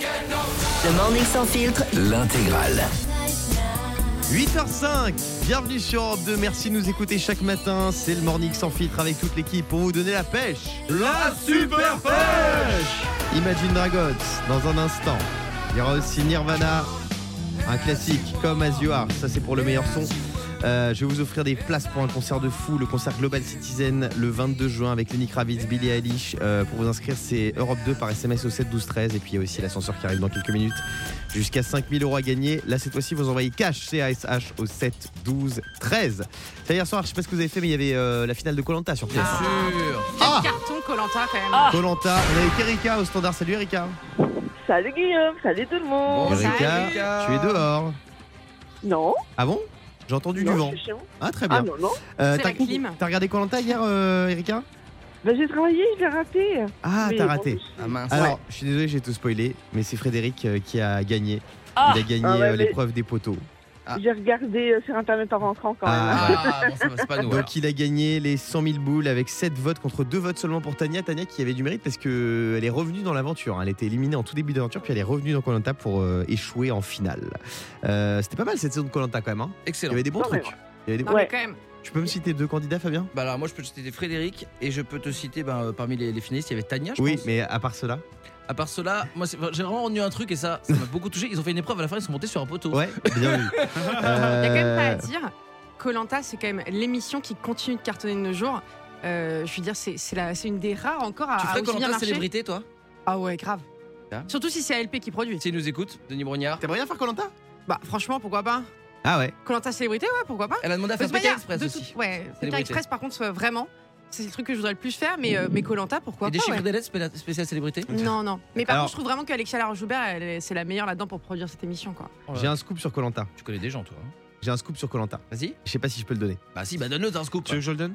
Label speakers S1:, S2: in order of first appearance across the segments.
S1: Le morning sans filtre,
S2: L'intégrale.
S3: 8h05, bienvenue sur Europe 2, merci de nous écouter chaque matin, c'est le Morning sans filtre avec toute l'équipe pour vous donner la pêche. La super pêche Imagine Dragons, dans un instant. Il y aura aussi Nirvana, un classique comme As You Are, ça c'est pour le meilleur son. Euh, je vais vous offrir des places pour un concert de fou, le concert Global Citizen le 22 juin avec Lenny Kravitz, Billie Eilish. Euh, pour vous inscrire, c'est Europe 2 par SMS au 7 12 13 et puis il y a aussi l'ascenseur qui arrive dans quelques minutes jusqu'à 5000 euros à gagner. Là, cette fois-ci, vous envoyez cash CASH au 7, 12, 13. Ça, hier soir, je sais pas ce que vous avez fait, mais il y avait euh, la finale de Colanta sur place.
S4: Ah.
S5: Quel
S3: Ah
S5: carton Colanta quand même.
S3: Colanta, on est avec Erika au standard. Salut Erika.
S6: Salut Guillaume, salut tout le monde.
S3: Erika,
S5: Salut.
S3: tu es dehors.
S6: Non,
S3: Ah bon J'ai entendu
S6: non,
S3: du vent.
S6: je suis chez moi.
S3: Ah très bien.
S6: Ah non, non.
S3: Euh,
S5: C'est
S3: t'as,
S5: la clim.
S3: t'as regardé Colanta hier, euh, Erika
S6: Ben, j'ai travaillé, je l'ai raté.
S3: Ah,
S6: Mais
S3: t'as
S6: bon,
S3: raté.
S6: je-
S4: Ah mince.
S3: Alors, je suis désolé, j'ai tout spoilé, mais c'est Frédéric euh, qui a gagné. Il a gagné
S6: Ah ouais,
S3: euh,
S6: mais-
S3: l'épreuve des poteaux.
S4: Ah.
S6: J'ai regardé euh, sur internet en rentrant quand même.
S3: Ah,
S4: Ah, bon, ça va, c'est pas nous. alors.
S3: Donc il a gagné les 100 000 boules avec 7 votes contre 2 votes seulement pour Tania. Tania qui avait du mérite parce que euh, elle est revenue dans l'aventure. hein. Elle était éliminée en tout début d'aventure puis elle est revenue dans Colanta pour euh, échouer en finale. Euh, C'était pas mal cette saison de Colanta quand même. hein. Il y
S4: Excellent.
S3: avait des bons
S6: Quand même.
S3: trucs. Il y avait des
S5: Non
S3: bons-
S6: Ouais.
S5: mais quand même.
S3: Tu peux me citer deux candidats Fabien
S4: Bah alors moi je peux te citer Frédéric et je peux te citer ben, euh, parmi les, les finalistes il y avait Tania je
S3: Oui,
S4: pense.
S3: mais à part cela.
S4: À part cela, moi c'est- enfin, j'ai vraiment retenu un truc et ça ça m'a beaucoup touché. Ils ont fait une épreuve à la fin ils sont montés sur un poteau.
S3: Ouais, bien vu.
S5: Il y a quand même pas à
S3: Euh,
S5: dire. Colanta, c'est quand même l'émission qui continue de cartonner de nos jours. Euh, je veux dire, c'est c'est la- c'est une des rares encore à,
S4: Tu
S5: à
S4: ferais
S5: Ah, aussi bien
S4: Colanta
S5: marcher.
S4: célébrité toi
S5: Ah ouais, grave.
S4: Ah.
S5: Surtout si c'est ALP qui produit.
S4: Si nous écoute, Denis Brognard.
S3: T'aimerais bien faire Colanta
S5: Bah franchement, pourquoi pas
S3: Euh, Ah ouais.
S5: Colanta célébrité, ouais, pourquoi Bah, pas
S4: Elle a demandé à
S5: De
S4: faire
S5: toute
S4: Pékin
S5: manière,
S4: Express
S5: de
S4: aussi.
S5: toute- Ouais, Pékin
S4: Célébrité.
S5: Express, par contre, soit vraiment, c'est le truc que je voudrais le plus faire, mais euh, mais Colanta, pourquoi
S4: Et des
S5: pas
S4: chiffres
S5: ouais.
S4: des lettres spéla- spécial célébrité
S5: Non, non. Mais par
S3: Alors-
S5: contre, je trouve vraiment qu'Alexia Laroche-Joubert, elle est- c'est la meilleure là-dedans pour produire cette émission, quoi.
S3: J'ai un scoop sur Colanta.
S4: Tu connais des gens toi. hein.
S3: J'ai un scoop sur Colanta.
S4: Vas-y.
S3: Je sais pas si je peux le donner.
S4: Bah si, bah donne-nous un scoop.
S3: je le donne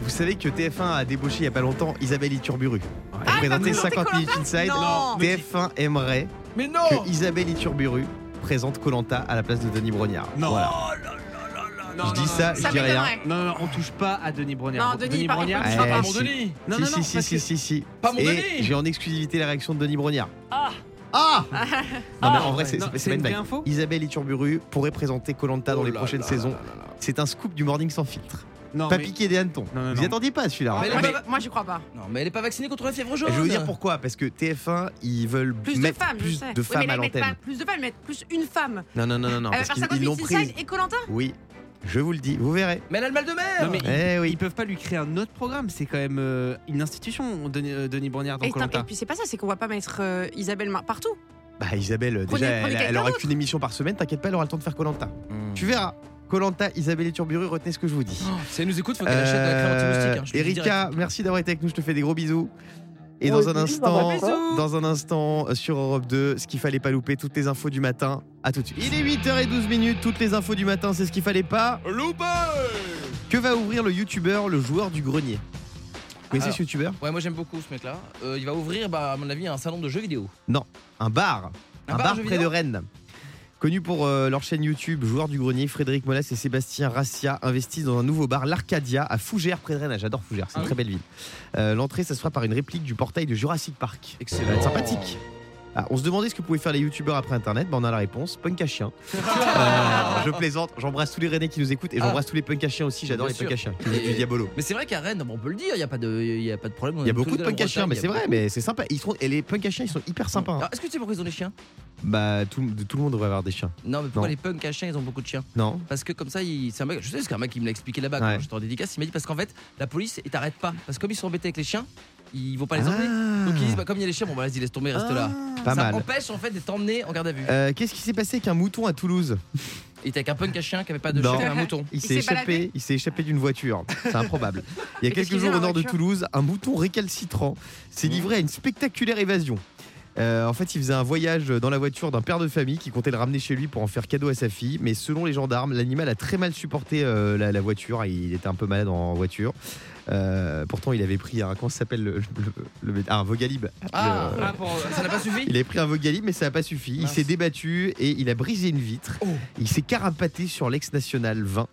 S3: Vous savez que TF1 a débauché il y a pas longtemps Isabelle Iturburu. Elle
S5: Ah,
S3: présentait
S5: elle va présenter
S3: 50 minutes inside.
S5: Non.
S3: TF1 aimerait
S4: Mais non
S3: que Isabelle Iturburu présente Colanta à la place de Denis Brognard.
S7: Non.
S3: Voilà.
S7: Non,
S3: je dis
S7: Ah, non,
S3: ça,
S7: non,
S3: je
S5: Ça
S3: dis rien.
S5: m'étonnerait.
S7: Non, non, non, on touche pas à Denis Brognard.
S5: Non, Denis, par
S7: Brognard.
S5: contre,
S3: Eh,
S4: Ah, pas mon
S3: si.
S4: Denis
S7: Non,
S3: si,
S7: non, non,
S3: si, si,
S7: parce
S3: si,
S7: que-
S3: si, si.
S4: Pas mon
S3: Et
S4: Denis
S3: j'ai en exclusivité la réaction de Denis Brognard. Ah Ah Non, mais en vrai, c'est
S7: Oh. Ah, Non,
S3: c'est pas
S7: c'est
S3: une
S7: une vraie
S3: blague.
S7: info
S3: Isabelle Iturburu pourrait présenter Colanta dans les prochaines saisons. C'est un scoop du Morning sans filtre.
S7: Non,
S3: pas
S7: mais-
S3: piqué des hannetons.
S7: Non, non,
S3: Vous y
S7: non.
S3: attendiez pas à celui-là. hein.
S4: Mais
S5: Moi,
S4: mais-
S5: j'y- Moi, j'y crois pas.
S4: Non, mais elle est pas vaccinée contre la fièvre
S3: Et
S4: jaune.
S3: Je vais vous dire pourquoi, parce que TF1, ils veulent
S5: Plus
S3: mettre
S5: de femmes,
S3: plus
S5: je sais.
S3: de
S5: Oui,
S3: femmes
S5: mais là,
S3: à
S5: ils mettent
S3: l'antenne.
S5: pas Plus de femmes, ils mettent plus une femme. Euh,
S3: Non, non, non, non, non,
S5: Elle va
S3: parce
S5: faire
S3: qu'ils
S5: 50
S3: ils l'ont
S5: 000
S3: prise.
S5: Inside et Colanta
S3: Oui, je vous le dis, vous verrez.
S4: Mais elle a le mal de mer
S7: Non, mais ils-
S3: Eh oui.
S7: Ils peuvent pas lui créer un autre programme, c'est quand même euh, une institution, Denis, euh, Denis Brognard dans
S5: et, tain, et
S7: Colanta.
S5: puis c'est pas ça, c'est qu'on va pas mettre euh, Isabelle Mar- partout.
S3: Bah Isabelle,
S5: Prenez-
S3: déjà,
S5: prenez
S3: elle, elle
S5: quelqu'un
S3: aura
S5: d'autre.
S3: qu'une émission par semaine, t'inquiète pas, elle aura le temps de faire Colanta.
S4: Hmm.
S3: Tu verras. Colanta, Isabelle et Turburu, retenez ce que je vous dis. Euh,
S4: Oh, si elle nous écoute, faut qu'elle achète de la crème anti-moustique. hein, je te le dis
S3: Erika, merci d'avoir été avec nous, je te fais des gros bisous. Et
S6: Moi
S3: dans un
S6: aussi, je t'envoie
S5: Bah,
S3: instant,
S6: des bisous.
S3: dans un instant euh, sur Europe 2, ce qu'il fallait pas louper, toutes les infos du matin. À tout de suite. Il est 8h12 minutes, toutes les infos du matin, c'est ce qu'il fallait pas.
S4: direct.
S3: Que va ouvrir le youtubeur, le joueur du grenier Vous connaissez
S4: Alors.
S3: ce youtubeur
S4: Ouais, moi j'aime beaucoup ce mec-là. Euh, il va ouvrir, bah, à mon avis, un salon de jeux vidéo.
S3: Un bar. Un, bar,
S4: à jeux
S3: près de
S4: vidéo
S3: Rennes. Connu pour euh, leur chaîne YouTube, Joueurs du Grenier, Frédéric Molas et Sébastien Rassia investissent dans un nouveau bar, l'Arcadia, à Fougères, près de Rennes. Ah, J'adore Fougères, c'est
S4: Ah
S3: une
S4: oui.
S3: très belle ville. Euh, L'entrée, ça se fera par une réplique du portail de Jurassic Park. Ça va
S4: Excellent.
S3: être sympathique. Ah, on se demandait ce que pouvaient faire les youtubeurs après Internet. Bah, on a la réponse. Punk à chien. Euh, je plaisante. J'embrasse tous les Rennais qui nous écoutent et j'embrasse tous les punks à chiens aussi. J'adore les
S4: Ah. Bien sûr.
S3: punks à chiens. qui faisaient Du
S4: Et-
S3: diabolo.
S4: Mais c'est vrai qu'à Rennes, bon, on peut le dire, il n'y a, pas de- il y a pas de problème.
S3: Il y a beaucoup de punks à chiens, mais c'est vrai, mais c'est sympa. Ils sont- et les punks à chiens, ils sont hyper sympas. hein.
S4: Alors, est-ce que tu sais pourquoi ils ont des chiens
S3: Bah, tout, tout le monde devrait avoir des chiens.
S4: Non, mais pourquoi
S3: Non.
S4: les punks à chiens, ils ont beaucoup de chiens
S3: Non
S4: Parce que comme ça, il- c'est un mec. Je sais, c'est un mec qui me l'a expliqué là-bas
S3: Ouais.
S4: quand j'étais en dédicace. Il m'a dit parce qu'en fait, la police, ils t'arrêtent pas. Parce que comme ils sont embêtés avec les chiens, ils vont pas les emmener. Donc ils disent, bah, comme il y a les chiens, bon, bah, vas-y, laisse tomber, reste là.
S3: Ah. Pas
S4: ça
S3: mal.
S4: empêche en fait d'être emmené en garde à vue.
S3: Euh, qu'est-ce qui s'est passé avec un mouton à Toulouse
S4: Il était avec un punk à chien qui avait pas de
S3: Non.
S4: chien, un mouton.
S3: Il
S5: Il
S3: s'est
S5: s'est
S3: échappé,
S5: baladé
S3: il s'est échappé d'une voiture. C'est improbable. Il y a
S5: Mais qu'est-ce
S3: quelques
S5: qu'il
S3: jours
S5: faisait
S3: au
S5: dans
S3: nord
S5: la
S3: de
S5: voiture
S3: Toulouse, un mouton récalcitrant s'est livré à une spectaculaire évasion. Euh, en fait, il faisait un voyage dans la voiture d'un père de famille qui comptait le ramener chez lui pour en faire cadeau à sa fille. Mais selon les gendarmes, l'animal a très mal supporté euh, la, la voiture. Il était un peu malade en voiture. Euh, pourtant, il avait pris un comment ça s'appelle le, le- le- ah, un Vogalib.
S4: Ah,
S3: Le-
S4: ah, bon, ça n'a pas suffi
S3: Il avait pris un Vogalib, mais ça n'a pas suffi. Il
S4: Mince.
S3: s'est débattu et il a brisé une vitre.
S4: Oh.
S3: Il s'est carapaté sur l'ex-national 20,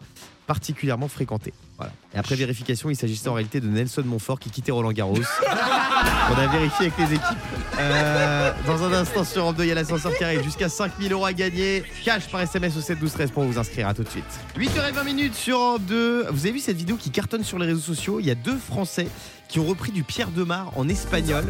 S3: particulièrement fréquenté. Voilà. Et après vérification, il s'agissait en réalité de Nelson Montfort qui quittait Roland Garros. On a vérifié avec les équipes. Euh, dans un instant sur Europe 2, il y a l'ascenseur qui arrive. Jusqu'à 5000 euros à gagner. Cash par SMS au 7 12 13 pour vous inscrire. À tout de suite. 8h20 minutes sur Europe 2. Vous avez vu cette vidéo qui cartonne sur les réseaux sociaux Il y a deux Français qui ont repris du Pierre Demar en espagnol.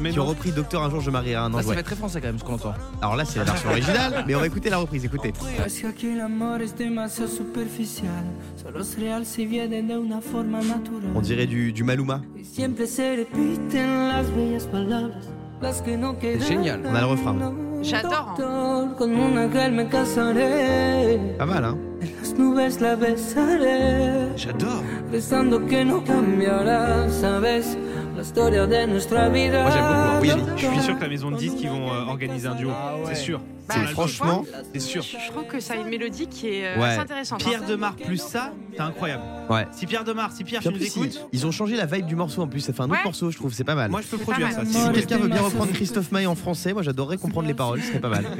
S7: Mais
S3: qui ont
S7: non.
S3: repris Docteur un jour je marierai un
S5: Ah,
S4: Là, Ah, ça
S3: anglais.
S4: fait très français quand même ce qu'on entend.
S3: Alors là, c'est la version originale, mais on va écouter la reprise. Écoutez.
S2: Es que aquí el amor es demasiado superficial, solo es real si viene de una forma natural.
S3: On dirait du, du Maluma.
S2: Y siempre se repiten las bellas palabras, las que no quedan.
S4: genial.
S3: On a le refrain.
S5: J'adore, hein.
S2: Doctor, Con una girl me casaré, en
S3: Pas mal, hein
S2: las nubes la besaré,
S7: J'adore.
S2: pensando que no cambiará, sabes, la historia de nuestra vida.
S7: Moi, j'aime beaucoup. Oui,
S2: Doctor,
S7: je suis sûr que la maison de
S2: con
S7: 10 qui
S2: una
S7: vont
S2: girl
S7: euh,
S2: me
S7: organiser un duo.
S2: casaré.
S7: C'est sûr.
S5: Bah,
S3: C'est
S5: tu vois,
S3: franchement-
S7: C'est sûr.
S5: Je je trouve que ça a une mélodie qui est euh,
S3: Ouais.
S5: assez intéressante. hein.
S7: Pierre Demar plus ça, c'est incroyable.
S3: Ouais.
S7: Si Pierre Demar, si Pierre,
S3: Puis
S7: tu
S3: en
S7: nous
S3: plus, ils,
S7: écoutes,
S3: ils ont changé la vibe du morceau en plus. Ça fait un autre
S5: Ouais.
S3: morceau, je trouve. C'est pas mal.
S7: moi je peux
S5: C'est
S7: produire
S5: pas
S7: ça.
S5: mal.
S7: si
S3: Ah, si
S7: vous voulez.
S3: quelqu'un veut bien reprendre Christophe Maé en français, moi j'adorerais comprendre les paroles, ce serait pas mal.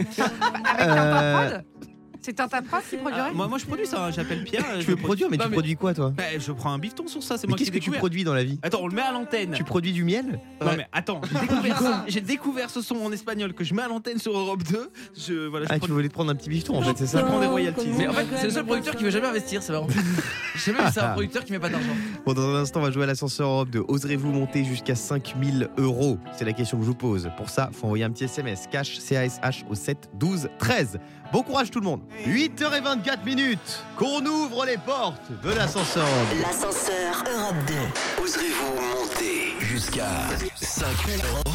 S7: Ah,
S5: Avec
S3: Euh,
S5: un C'est un taprod qui produirait
S7: Ah, Moi, moi je produis ça, hein, j'appelle Pierre. euh,
S3: Tu
S7: je
S3: veux
S7: le
S3: produire, mais
S7: Non,
S3: tu produis quoi toi
S7: Bah, je prends un bifton sur ça, c'est
S3: Mais
S7: moi qui Euh,
S3: qu'est-ce
S7: ai
S3: que tu
S7: découvert.
S3: produis dans la vie
S7: Attends, on le met à l'antenne.
S3: Tu produis du miel
S7: Non mais attends, j'ai découvert, ça. J'ai découvert ce son en espagnol que je mets à l'antenne sur Europe 2. Je voilà, je
S3: Ah, tu
S7: produis-
S3: voulais te prendre un petit bifton en fait, c'est
S7: je
S3: ça
S7: prends des royalties.
S4: Mais en fait, c'est le seul producteur qui veut jamais investir, c'est marrant. Je sais même si c'est un producteur qui met pas d'argent.
S3: Bon, dans un instant, on va jouer à l'ascenseur Europe de Oserez-vous monter jusqu'à 5000 euros C'est la question que je vous pose. Pour ça, faut envoyer un petit SMS cash CASH au 7 12 13. Bon courage tout le monde. 8h24 minutes, qu'on ouvre les portes de l'ascenseur Europe.
S1: L'ascenseur Europe 2.
S8: Oserez-vous monter jusqu'à 5000 euros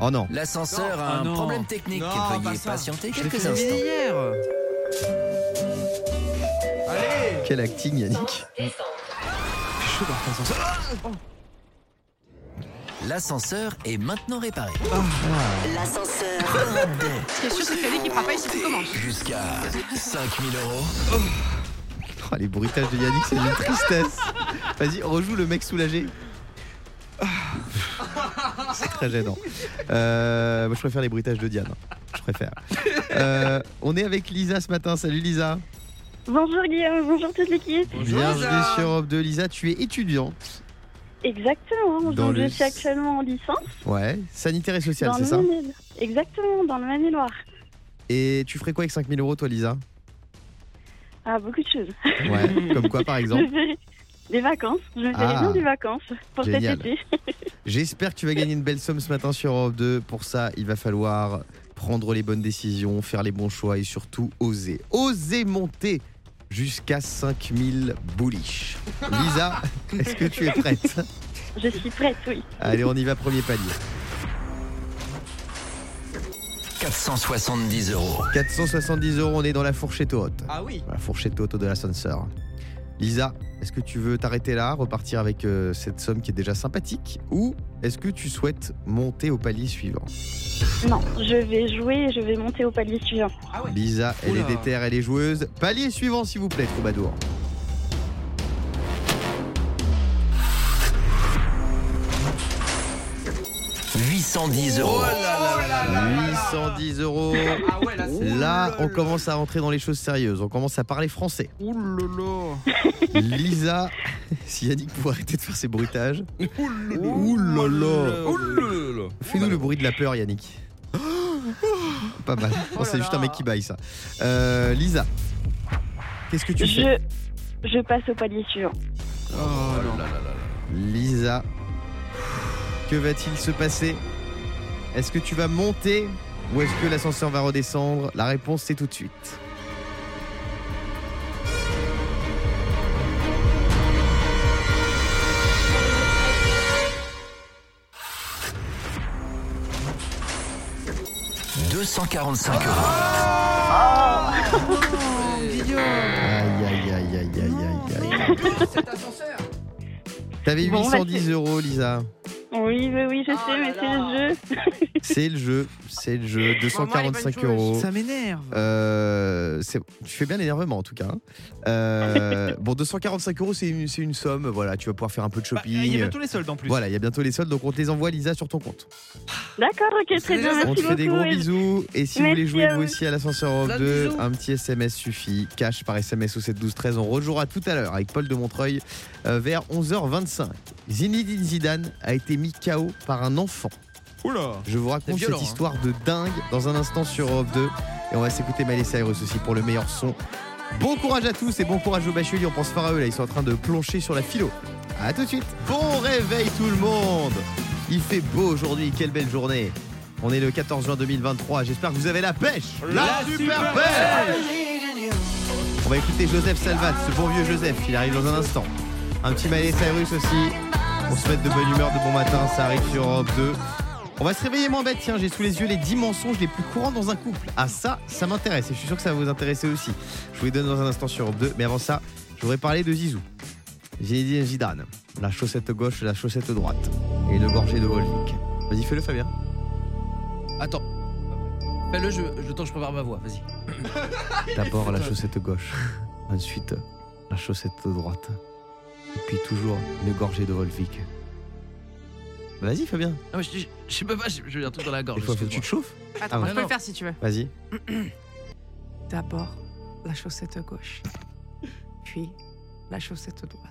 S3: Oh non.
S8: L'ascenseur a
S7: Ah
S8: un
S7: non.
S8: problème technique.
S7: Non, pas
S8: Veuillez
S7: ça.
S8: patienter
S7: Je l'ai
S8: quelques
S7: fait
S8: instants.
S7: hier.
S3: Quel acting, Yannick.
S8: L'ascenseur est maintenant réparé.
S1: L'ascenseur
S5: Ce qui est sûr, c'est que le mec qui fera pas ici tout commence.
S8: Jusqu'à 5000 euros.
S3: Oh, les bruitages de Yannick, c'est une tristesse. Vas-y, rejoue le mec soulagé. Ah. C'est très gênant. Euh, moi, je préfère les bruitages de Diane. hein. Je préfère. Euh, on est avec Lisa ce matin. Salut Lisa.
S6: Bonjour Guillaume, bonjour toute l'équipe.
S3: Bienvenue sur Europe 2. Lisa, tu es étudiante.
S6: Exactement,
S3: Dans
S6: donc
S3: le-
S6: je suis actuellement en licence.
S3: Ouais. Sanitaire et sociale,
S6: dans
S3: c'est
S6: le
S3: ça
S6: Maine- Exactement, dans le Maine-et-Loire.
S3: Et tu ferais quoi avec 5000 euros, toi, Lisa
S6: Ah, beaucoup de choses.
S3: Ouais. Comme quoi, par exemple
S6: Je ferai Des vacances, je me ferai
S3: Ah.
S6: bien des vacances pour
S3: Génial.
S6: cet été.
S3: J'espère que tu vas gagner une belle somme ce matin sur Europe 2. Pour ça, il va falloir prendre les bonnes décisions, faire les bons choix et surtout oser. Oser monter jusqu'à 5000 bullish. Lisa, est-ce que tu es prête
S6: Je suis prête, oui.
S3: Allez, on y va, premier palier.
S8: 470 euros.
S3: 470 euros, on est dans la fourchette haute.
S4: Ah oui.
S3: La fourchette haute de l'ascenseur. Lisa, est-ce que tu veux t'arrêter là, repartir avec euh, cette somme qui est déjà sympathique Ou est-ce que tu souhaites monter au palier suivant
S6: Non, je vais jouer et je vais monter au palier suivant.
S3: Lisa, elle
S4: Oula.
S3: est déterre, elle est joueuse. Palier suivant, s'il vous plaît, Troubadour.
S8: 810 euros.
S3: 810 euros.
S4: Ah ouais, là c'est.
S3: Là, on commence à rentrer dans les choses sérieuses. On commence à parler français. Lisa, si Yannick pouvait arrêter de faire ses bruitages. Oulala.
S4: Oh Oulala.
S3: Fais-nous le bruit de la peur, Yannick. Pas mal. Non, c'est juste un mec qui baille, ça. Euh, Lisa, qu'est-ce que tu fais
S6: Je, je passe au palier suivant.
S3: Lisa, que va-t-il se passer Est-ce que tu vas monter ou est-ce que l'ascenseur va redescendre La réponse, c'est tout de suite.
S8: 245 euros.
S7: Oh,
S3: Aïe, aïe, aïe, aïe, aïe, aïe, aïe. T'avais
S6: Bon, bah,
S3: 810 euros, Lisa.
S6: Oui, mais oui, je
S5: Oh là
S6: sais, mais
S5: là.
S6: c'est le jeu.
S3: C'est le jeu, c'est le jeu.
S5: Maman, elle est
S3: 245
S5: bonne joueuse.
S3: euros.
S7: Ça m'énerve.
S3: Euh, c'est- tu fais bien l'énervement en tout cas. hein. Euh, bon, 245 euros, c'est une, c'est une somme. Voilà, tu vas pouvoir faire un peu de
S7: Bah, Il y
S3: shopping.
S7: avait tous les soldes en plus.
S3: voilà, il y a bientôt les soldes, donc on te les envoie, Lisa, sur ton compte.
S6: D'accord, ok, très bien,
S4: déjà ça.
S6: merci
S3: On te fait des
S6: beaucoup.
S3: gros
S6: et-
S3: bisous. Et si vous
S6: Merci
S3: voulez jouer
S6: à
S3: vous
S6: vous.
S3: aussi à l'ascenseur Europe
S4: Plein de
S3: 2,
S4: bisous.
S3: un petit SMS suffit. Cash par SMS au 7 12 13. On rejouera tout à l'heure avec Paul de Montreuil euh, vers 11h25. Zinedine Zidane a été mis KO par un enfant.
S7: Oula
S3: Je vous raconte
S4: violent,
S3: cette
S4: hein.
S3: histoire de dingue dans un instant sur Europe 2. Et on va s'écouter Miley Cyrus aussi pour le meilleur son. Bon courage à tous et bon courage aux bacheliers. On pense fort à eux là, ils sont en train de plancher sur la philo. À tout de suite. Bon réveil tout le monde. Il fait beau aujourd'hui, quelle belle journée. On est le 14 juin 2023. J'espère que vous avez la pêche.
S7: La super pêche
S3: On va écouter Joseph Salvat, ce bon vieux Joseph. Il arrive dans un instant. Un petit Miley Cyrus aussi. On se met de bonne humeur, de bon matin. Ça arrive sur Europe 2. On va se réveiller moins bête. Tiens, j'ai sous les yeux les 10 mensonges les plus courants dans un couple. Ah, ça, ça m'intéresse. Et je suis sûr que ça va vous intéresser aussi. Je vous les donne dans un instant sur Europe 2. Mais avant ça, je voudrais parler de Zizou. Zinedine Zidane. La chaussette gauche, la chaussette droite. Et une gorgée de Volvic. Vas-y, fais-le, Fabien.
S4: Attends. Fais-le, je, je, le temps que je prépare ma voix, vas-y.
S3: D'abord la chaussette gauche, ensuite la chaussette droite, et puis toujours une gorgée de Volvic. Vas-y Fabien,
S4: Non, mais je, je, je sais pas, pas, j'ai j'ai un truc dans la
S3: des
S4: gorge.
S3: fois faut que tu
S4: excuse-moi.
S3: te chauffes.
S5: Attends,
S3: Ah ouais.
S5: je peux le faire si tu veux.
S3: Vas-y.
S5: D'abord, la chaussette gauche. Puis, la chaussette droite.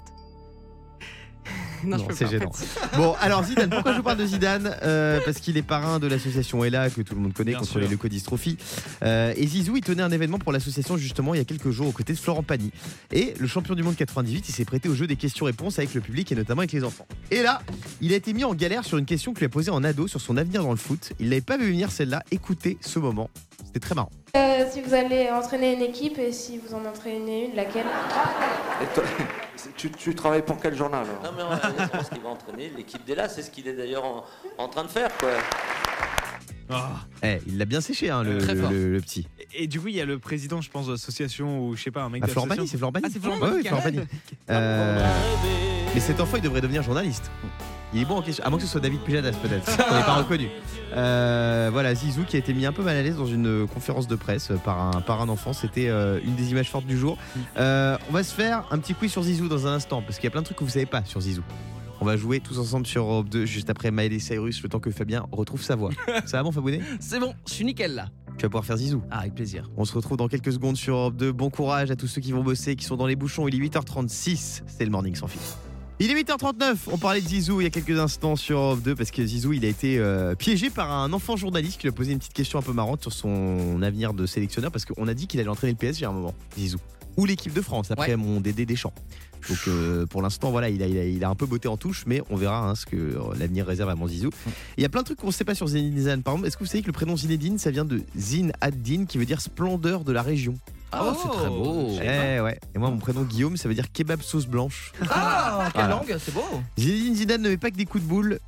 S5: non,
S3: Non,
S5: je peux
S3: c'est
S5: pas. en
S3: gênant.
S5: fait.
S3: Bon alors Zidane, pourquoi je vous parle de Zidane Euh, Parce qu'il est parrain de l'association ELA que tout le monde connaît
S7: Bien
S3: contre
S7: sûr.
S3: les leucodystrophies. Euh, et Zizou, il tenait un événement pour l'association justement il y a quelques jours aux côtés de Florent Pagny. Et le champion du monde 98, il s'est prêté au jeu des questions-réponses avec le public et notamment avec les enfants. Et là, il a été mis en galère sur une question que lui a posée en ado sur son avenir dans le foot. Il l'avait pas vu venir celle-là. Écoutez ce moment, c'était très marrant.
S9: Euh, si vous allez entraîner une équipe et si vous en entraînez une, laquelle
S10: Et toi, tu, tu travailles pour quel journal alors
S11: Non, mais on va savoir ce qu'il va entraîner. L'équipe d'Ela, c'est ce qu'il est d'ailleurs en, en train de faire. Quoi.
S7: Ah.
S3: Eh, il l'a bien séché hein, le,
S4: Très
S3: le-
S4: fort.
S3: le- le petit.
S7: Et du coup, il y a le président, je pense, de l'association ou je sais pas, un mec
S3: Ah, Florent Pagny,
S7: d'association.
S3: c'est Florent Pagny.
S7: Ah, c'est Florent Pagny
S3: Ouais, ouais,
S7: qui a-
S3: Florent Pagny.
S11: On
S3: Euh,
S11: a rêvé.
S3: Mais cet enfant, il devrait devenir journaliste. Il est bon en question. À moins que ce soit David Pujadas, peut-être. On n'est pas reconnu. Euh, voilà, Zizou qui a été mis un peu mal à l'aise dans une euh, conférence de presse euh, par un, par un enfant. C'était euh, une des images fortes du jour. Euh, on va se faire un petit quiz sur Zizou dans un instant, parce qu'il y a plein de trucs que vous savez pas sur Zizou. On va jouer tous ensemble sur Europe 2 juste après Miley Cyrus, le temps que Fabien retrouve sa voix. Ça va, mon Fabounet
S4: C'est bon, je suis nickel là.
S3: Tu vas pouvoir faire Zizou.
S4: Ah, avec plaisir.
S3: On se retrouve dans quelques secondes sur Europe 2. Bon courage à tous ceux qui vont bosser, qui sont dans les bouchons. Il est 8h36, c'est le morning sans filtre. Il est 8h39, on parlait de Zizou il y a quelques instants sur Europe 2 parce que Zizou il a été euh, piégé par un enfant journaliste qui lui a posé une petite question un peu marrante sur son avenir de sélectionneur parce qu'on a dit qu'il allait entraîner le PSG à un moment, Zizou. Ou l'équipe de France après
S4: Ouais.
S3: mon Dédé Deschamps. Donc euh, pour l'instant voilà il a, il, a, il a un peu botté en touche mais on verra hein, ce que euh, l'avenir réserve à mon Zizou. Il y a plein de trucs qu'on ne sait pas sur Zinedine Zidane. Par exemple, est-ce que vous savez que le prénom Zinedine, ça vient de Zin ad-Din, qui veut dire splendeur de la région
S4: Ah, ouais, c'est très beau.
S3: Eh ouais. Et moi, mon prénom Guillaume, ça veut dire kebab sauce blanche.
S4: Ah, quelle
S3: Voilà.
S4: langue, c'est beau.
S3: Zinedine Zidane ne met pas que des coups de boule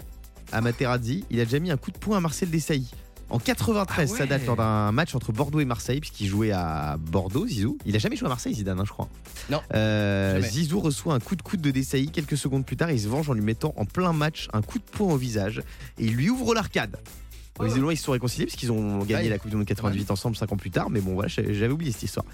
S3: à Materazzi. Il a déjà mis un coup de poing à Marcel Desailly. En 93,
S4: Ah ouais.
S3: ça date lors d'un match entre Bordeaux et Marseille, puisqu'il jouait à Bordeaux, Zizou. Il a jamais joué à Marseille, Zidane, hein, je crois.
S4: Non.
S3: Euh,
S4: Jamais.
S3: Zizou reçoit un coup de coude de Desailly. Quelques secondes plus tard, il se venge en lui mettant en plein match un coup de poing au visage et il lui ouvre l'arcade. Les Zélandais ils se sont réconciliés parce qu'ils ont gagné
S4: Oh Ouais.
S3: la Coupe du Monde 98 ensemble 5 ans plus tard, mais bon voilà, j'a- j'avais oublié cette histoire.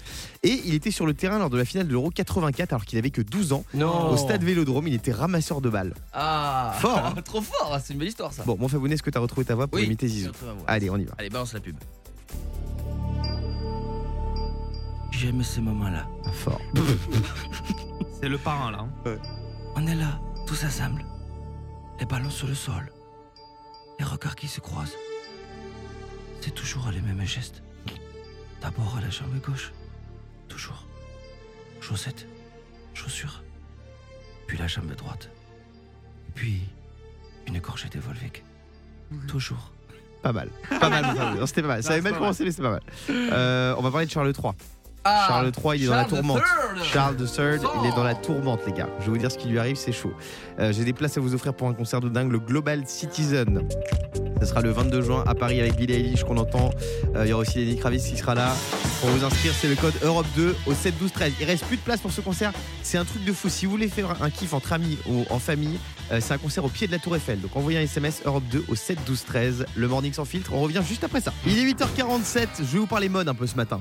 S3: Et il était sur le terrain lors de la finale de l'Euro 84 alors qu'il avait que 12 ans.
S4: Non.
S3: Au stade Vélodrome, il était ramasseur de balles.
S4: Ah,
S3: Fort, hein.
S4: trop fort, c'est une belle histoire ça.
S3: Bon, mon Fabounet, est-ce que t'as retrouvé ta voix pour imiter Zizou Allez, on y va.
S4: Allez, balance la pub. J'aime ces moments-là.
S3: Fort.
S7: C'est le parrain là. hein.
S4: On est là, tous ensemble. Les ballons sur le sol. Les regards qui se croisent. C'est toujours les mêmes gestes. D'abord à la jambe gauche. Toujours. Chaussette. Chaussure. Puis la jambe droite. Puis une gorgée de Volvic. Toujours.
S3: Pas mal. Pas mal, mon Fabounet. Non, C'était pas mal. Ça
S7: Non,
S3: avait
S7: c'est
S3: mal
S7: pas
S3: commencé, mais c'est pas mal. Euh, on va parler de Charles III.
S7: Ah,
S3: Charles III, il est dans la tourmente. Charles III, il est dans la tourmente, les gars. Je vais vous dire ce qui lui arrive, c'est chaud. Euh, J'ai des places à vous offrir pour un concert de dingue, le Global Citizen. Ce sera le 22 juin à Paris avec Billie Eilish qu'on entend. Euh, Il y aura aussi Lenny Kravitz qui sera là. Pour vous inscrire, c'est le code Europe 2 au 7 12 13. Il reste plus de place pour ce concert. C'est un truc de fou. Si vous voulez faire un kiff entre amis ou en famille, euh, c'est un concert au pied de la Tour Eiffel. Donc envoyez un SMS Europe 2 au 7 12 13. Le morning sans filtre. On revient juste après ça. Il est 8h47. Je vais vous parler mode un peu ce matin.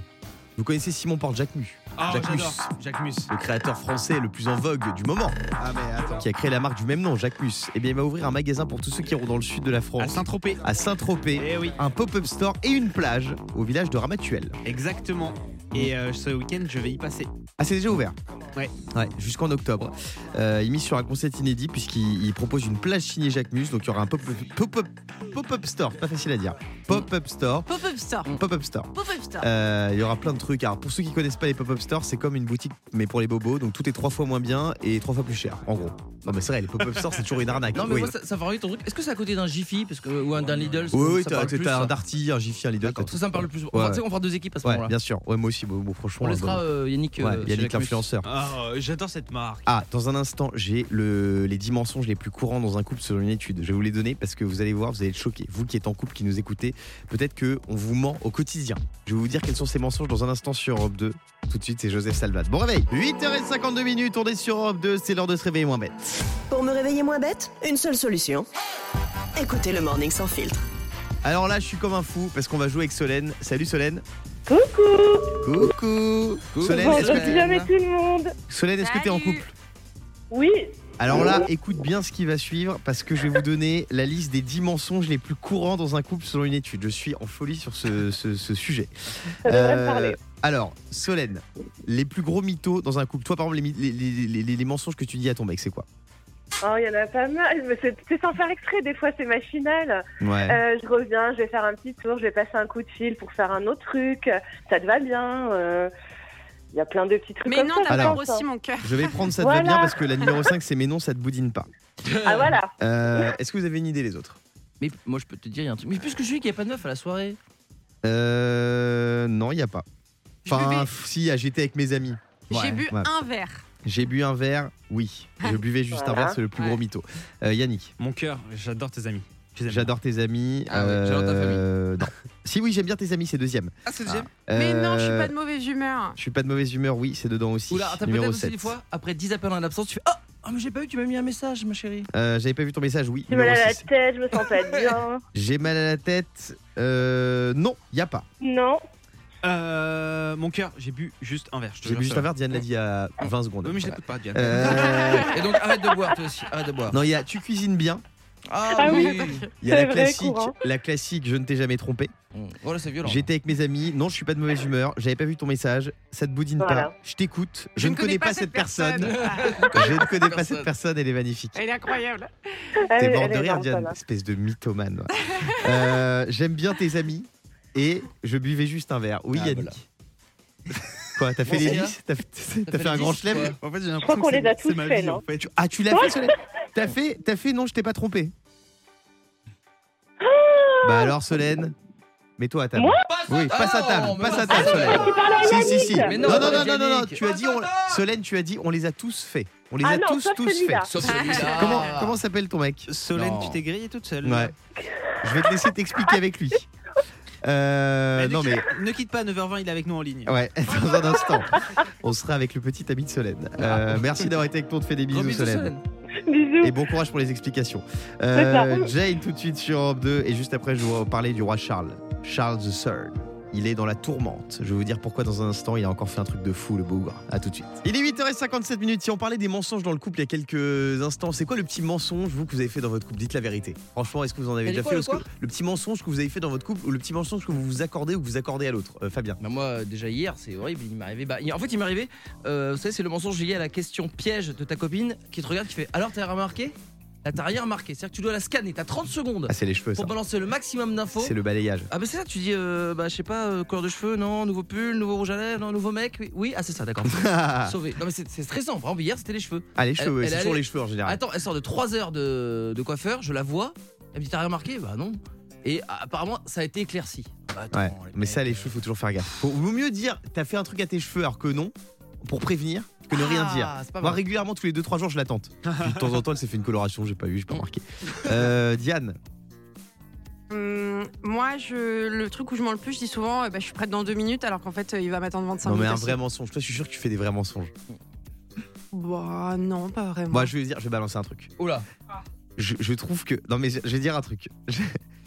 S3: Vous connaissez Simon Porte-Jacquemus
S7: Ah,
S3: Jacquemus.
S7: j'adore. Jacquemus.
S3: le créateur français le plus en vogue du moment,
S7: Ah, mais attends.
S3: qui a créé la marque du même nom, Jacquemus, eh bien, il va ouvrir un magasin pour tous ceux qui iront dans le sud de la
S7: À
S3: France,
S7: Saint-Tropez.
S3: à Saint-Tropez,
S7: Eh oui,
S3: un pop-up store et une plage au village de Ramatuel.
S7: exactement. Et euh, ce week-end, je vais y passer.
S3: Ah, c'est déjà ouvert Ouais, ouais, jusqu'en octobre. Euh, il mise sur un concept inédit puisqu'il il propose une plage signée Jacques Mus. Donc il y aura un pop- pop-up pop-up store, pas facile à dire. Pop-up store.
S5: Pop-up store.
S3: Pop-up store.
S5: Pop-up store.
S3: Euh, il y aura plein de trucs. Alors pour ceux qui connaissent pas les pop-up stores, c'est comme une boutique mais pour les bobos. Donc tout est trois fois moins bien et trois fois plus cher, en gros. Non mais c'est vrai, les pop-up stores c'est toujours une arnaque.
S4: Non, mais
S3: Oui.
S4: moi, ça, ça va envie ton truc. Est-ce que c'est à côté d'un Jiffy parce que, ou un- d'un Lidl ça-
S3: Oui, oui,
S4: ça
S3: t'as
S4: parle
S3: t'as
S4: plus,
S3: un
S4: ça
S3: Darty, un Jiffy, un Lidl.
S4: D'accord, ça, ça me parle plus.
S3: Ouais,
S4: Enfin, tu sais,
S3: ouais.
S4: on va faire deux équipes à ce
S3: Ouais,
S4: moment-là.
S3: bien sûr. Ouais, moi aussi, bon, bon, franchement.
S4: On laissera,
S3: bon.
S4: euh, Yannick, euh,
S3: Ouais,
S4: chez
S3: Yannick
S4: Jacques Mus.
S3: l'influenceur.
S7: Ah, euh, J'adore cette marque.
S3: Ah, dans un instant, j'ai le- les 10 mensonges les plus courants dans un couple selon une étude. Je vais vous les donner parce que vous allez voir, vous allez être choqués. Vous qui êtes en couple, qui nous écoutez, peut-être que on vous ment au quotidien. Je vais vous dire quels sont ces mensonges dans un instant sur Europe 2. Tout de suite, c'est Joseph Salvat. Bon réveil 8h52 minutes, on est sur Europe 2, c'est l'heure de se réveiller moins bête.
S1: Pour me réveiller moins bête, une seule solution. Écoutez le Morning Sans Filtre.
S3: Alors là, je suis comme un fou parce qu'on va jouer avec Solène. Salut Solène
S6: Coucou
S3: Coucou Solène, est-ce
S6: Vendredi jamais
S3: que
S6: tout le monde
S3: Solène, est-ce que t'es en couple
S6: Oui
S3: Alors là, écoute bien ce qui va suivre parce que je vais vous donner la liste des 10 mensonges les plus courants dans un couple selon une étude. Je suis en folie sur ce, ce- ce sujet. Euh,
S6: Ça devrait me parler.
S3: alors, Solène, les plus gros mythos dans un couple. Toi, par exemple, les, mi- les- les- les- les mensonges que tu dis à ton mec, c'est quoi
S6: Oh, il y en a pas mal, mais c'est c'est sans faire exprès, des fois c'est machinal.
S3: Ouais.
S6: Euh, je reviens, je vais faire un petit tour, je vais passer un coup de fil pour faire un autre truc, ça te va bien euh, Il y a plein de petits trucs
S5: Mais
S6: comme
S5: non,
S6: ça.
S5: t'as
S3: Alors.
S5: pas grossi mon cœur.
S3: Je vais prendre ça de
S6: Voilà.
S3: bien parce que la numéro 5, c'est mais non, ça te boudine pas.
S6: Ah voilà
S3: Euh, Est-ce que vous avez une idée, les autres
S4: Mais moi, je peux te dire, il y a un truc. Mais puisque je dis qu'il n'y a pas de meuf à la soirée.
S3: Euh, Non, il n'y a pas.
S5: Je
S3: Enfin,
S5: buvais-
S3: pff, si, ah, j'étais avec mes amis. Ouais,
S5: J'ai bu
S3: ouais.
S5: un verre.
S3: J'ai bu un verre, oui. Je buvais juste un
S6: Ah. Voilà.
S3: verre, c'est le plus
S5: Ouais.
S3: gros mytho. Euh, Yannick,
S7: Mon cœur, j'adore tes amis. Je les aime.
S3: j'adore tes amis.
S7: Ah ouais, j'adore ta
S3: euh, non. Si oui, j'aime bien tes amis, c'est deuxième.
S7: Ah, c'est le deuxième
S5: Mais non, je suis
S3: Euh,
S5: pas de mauvaise humeur.
S3: je suis pas de mauvaise humeur, oui, c'est dedans aussi.
S4: Oula, t'as peut-être
S3: Numéro
S4: aussi
S3: 7.
S4: des fois, après 10 appels en absence, tu fais Oh, oh, mais j'ai pas eu, tu m'as mis un message, ma chérie.
S3: Euh, J'avais pas vu ton message, oui.
S6: J'ai mal
S3: numéro
S6: à la
S3: six.
S6: tête, je me sens pas bien.
S3: J'ai mal à la tête. Euh, non, y a pas.
S6: Non.
S7: Euh, mon cœur, j'ai bu juste un verre. je te
S3: J'ai
S7: jure,
S3: bu juste
S7: ça
S3: un verre, Diane l'a dit il y a 20
S7: va.
S3: secondes.
S7: Oui, mais je l'écoute pas, Diane.
S3: Euh,
S4: Et donc, arrête de boire, toi aussi, arrête de boire.
S3: non, il y a tu cuisines bien.
S4: Ah,
S6: Ah oui.
S4: oui.
S3: Il y a la
S6: C'est vrai,
S3: classique,
S6: courant.
S3: la classique, je ne t'ai jamais trompé.
S4: Voilà, Oh, c'est violent.
S3: J'étais avec mes amis. Non, je suis pas de mauvaise humeur. J'avais pas vu ton message. Ça te boudine
S6: Voilà.
S3: pas. Je t'écoute. Je, ne connais pas cette personne. Je ne connais pas cette personne, elle est magnifique.
S5: Ah, Elle est incroyable.
S3: T'es
S6: Allez,
S3: mort
S6: allez,
S3: de rire,
S6: regarde,
S3: Diane,
S6: ça va.
S3: espèce de mythomane. Euh, J'aime bien tes amis et je buvais juste un verre. Oui,
S4: Ah,
S3: Yannick.
S4: voilà.
S3: Quoi, t'as fait
S4: Bon,
S3: les
S4: c'est bien.
S3: 10 T'as fait, t'as
S4: fait
S3: fait un
S4: les
S3: grand
S4: 10,
S3: chelem
S4: ouais.
S7: En fait, j'ai l'impression
S6: crois qu'on
S7: que
S6: les a
S7: c'est- c'est
S6: tous
S7: ma
S6: faits,
S7: vie,
S6: non
S7: en fait.
S3: Ah, tu l'as fait, Solène T'as fait, t'as fait, non, je t'ai pas trompé. Bah alors, Solène, mets-toi à table.
S6: Moi
S3: Oui, passe à table,
S4: mais
S3: passe
S4: non.
S3: à table, Solène.
S6: Tu parles à
S3: Si,
S6: Yannick
S3: si, si.
S4: Mais
S3: Non,
S4: non,
S3: non, non,
S4: pas
S3: non, non, non,
S4: Yannick.
S3: tu as dit, on- Solène, tu as dit, on les a tous faits. On les
S6: Ah
S3: a
S6: non,
S3: tous,
S6: sauf
S3: tous faits.
S6: celui-là.
S4: Sauf celui-là.
S3: Comment,
S6: Ah.
S3: comment s'appelle ton mec
S7: Solène,
S4: Non.
S7: tu t'es grillée toute seule.
S3: Ouais. Je vais te laisser t'expliquer avec lui. Euh,
S7: Mais ne
S3: non mais
S7: quitte- Ne quitte pas, 9h20, il est avec nous en ligne.
S3: ouais, dans un instant, on sera avec le petit ami de Solène. Euh, merci d'avoir été avec nous, on te fait des
S4: Gros
S3: bisous,
S4: bisous,
S3: Solène.
S4: Solène.
S6: Bisous.
S3: Et bon courage pour les explications.
S6: C'est
S3: Euh, Jane tout de suite sur Europe 2 et juste après je vais vous parler du roi Charles. Charles III. Il est dans la tourmente. Je vais vous dire pourquoi dans un instant il a encore fait un truc de fou le bougre. À tout de suite. Il est 8h57 minutes. Si on parlait des mensonges dans le couple il y a quelques instants, c'est quoi le petit mensonge vous que vous avez fait dans votre couple Dites la vérité. Franchement, est-ce que vous en avez
S4: Elle est
S3: déjà
S4: quoi,
S3: fait
S4: le
S3: Est-ce que- le petit mensonge que vous avez fait dans votre couple ou le petit mensonge que vous vous accordez ou que vous accordez à l'autre Euh, Fabien.
S4: Bah moi euh, déjà hier c'est horrible il m'est arrivé bah, il- en fait il m'est arrivé euh, vous savez c'est le mensonge lié à la question piège de ta copine qui te regarde qui fait alors t'as remarqué là t'as rien remarqué c'est à dire que tu dois la scanner t'as 30 secondes
S3: Ah c'est les cheveux ça.
S4: pour balancer le maximum d'infos
S3: C'est le balayage.
S4: ah bah c'est ça tu dis euh, bah je sais pas euh, couleur de cheveux non nouveau pull nouveau rouge à lèvres non nouveau mec oui, oui. ah c'est ça d'accord
S3: ah
S4: sauvé non mais c'est c'est stressant par exemple hier c'était les cheveux
S3: les cheveux,
S4: Elle-
S3: ouais, c'est
S4: elle
S3: toujours
S4: allait-
S3: les cheveux en général.
S4: Attends, elle sort de 3 heures de, de coiffeur, je la vois. Elle me dit T'as rien remarqué Bah non. Et ah, apparemment, ça a été éclairci. Bah, attends,
S3: Ouais,
S4: les
S3: mais ça,
S4: mecs,
S3: les cheveux, faut toujours faire gaffe. Faut, vaut mieux dire, t'as fait un truc à tes cheveux alors que non, pour prévenir, que ne rien
S4: Ah,
S3: dire.
S4: c'est pas
S3: Moi,
S4: mal.
S3: régulièrement, tous les 2-3 jours, je l'attends. Puis, de temps en temps, elle s'est fait une coloration, j'ai pas eu, j'ai pas remarqué. Euh, Diane,
S5: Hum, moi, je, le truc où je mens le plus, je dis souvent, eh ben, je suis prête dans deux minutes, alors qu'en fait, euh, il va m'attendre 25
S3: non, mais
S5: minutes.
S3: un
S5: aussi.
S3: vrai mensonge. Toi, je suis sûr que tu fais des vrais mensonges.
S5: Bah, non, pas vraiment.
S3: Moi, je vais dire, je vais balancer un truc.
S4: Oula.
S3: Je, je trouve que. Non, mais je, je vais dire un truc.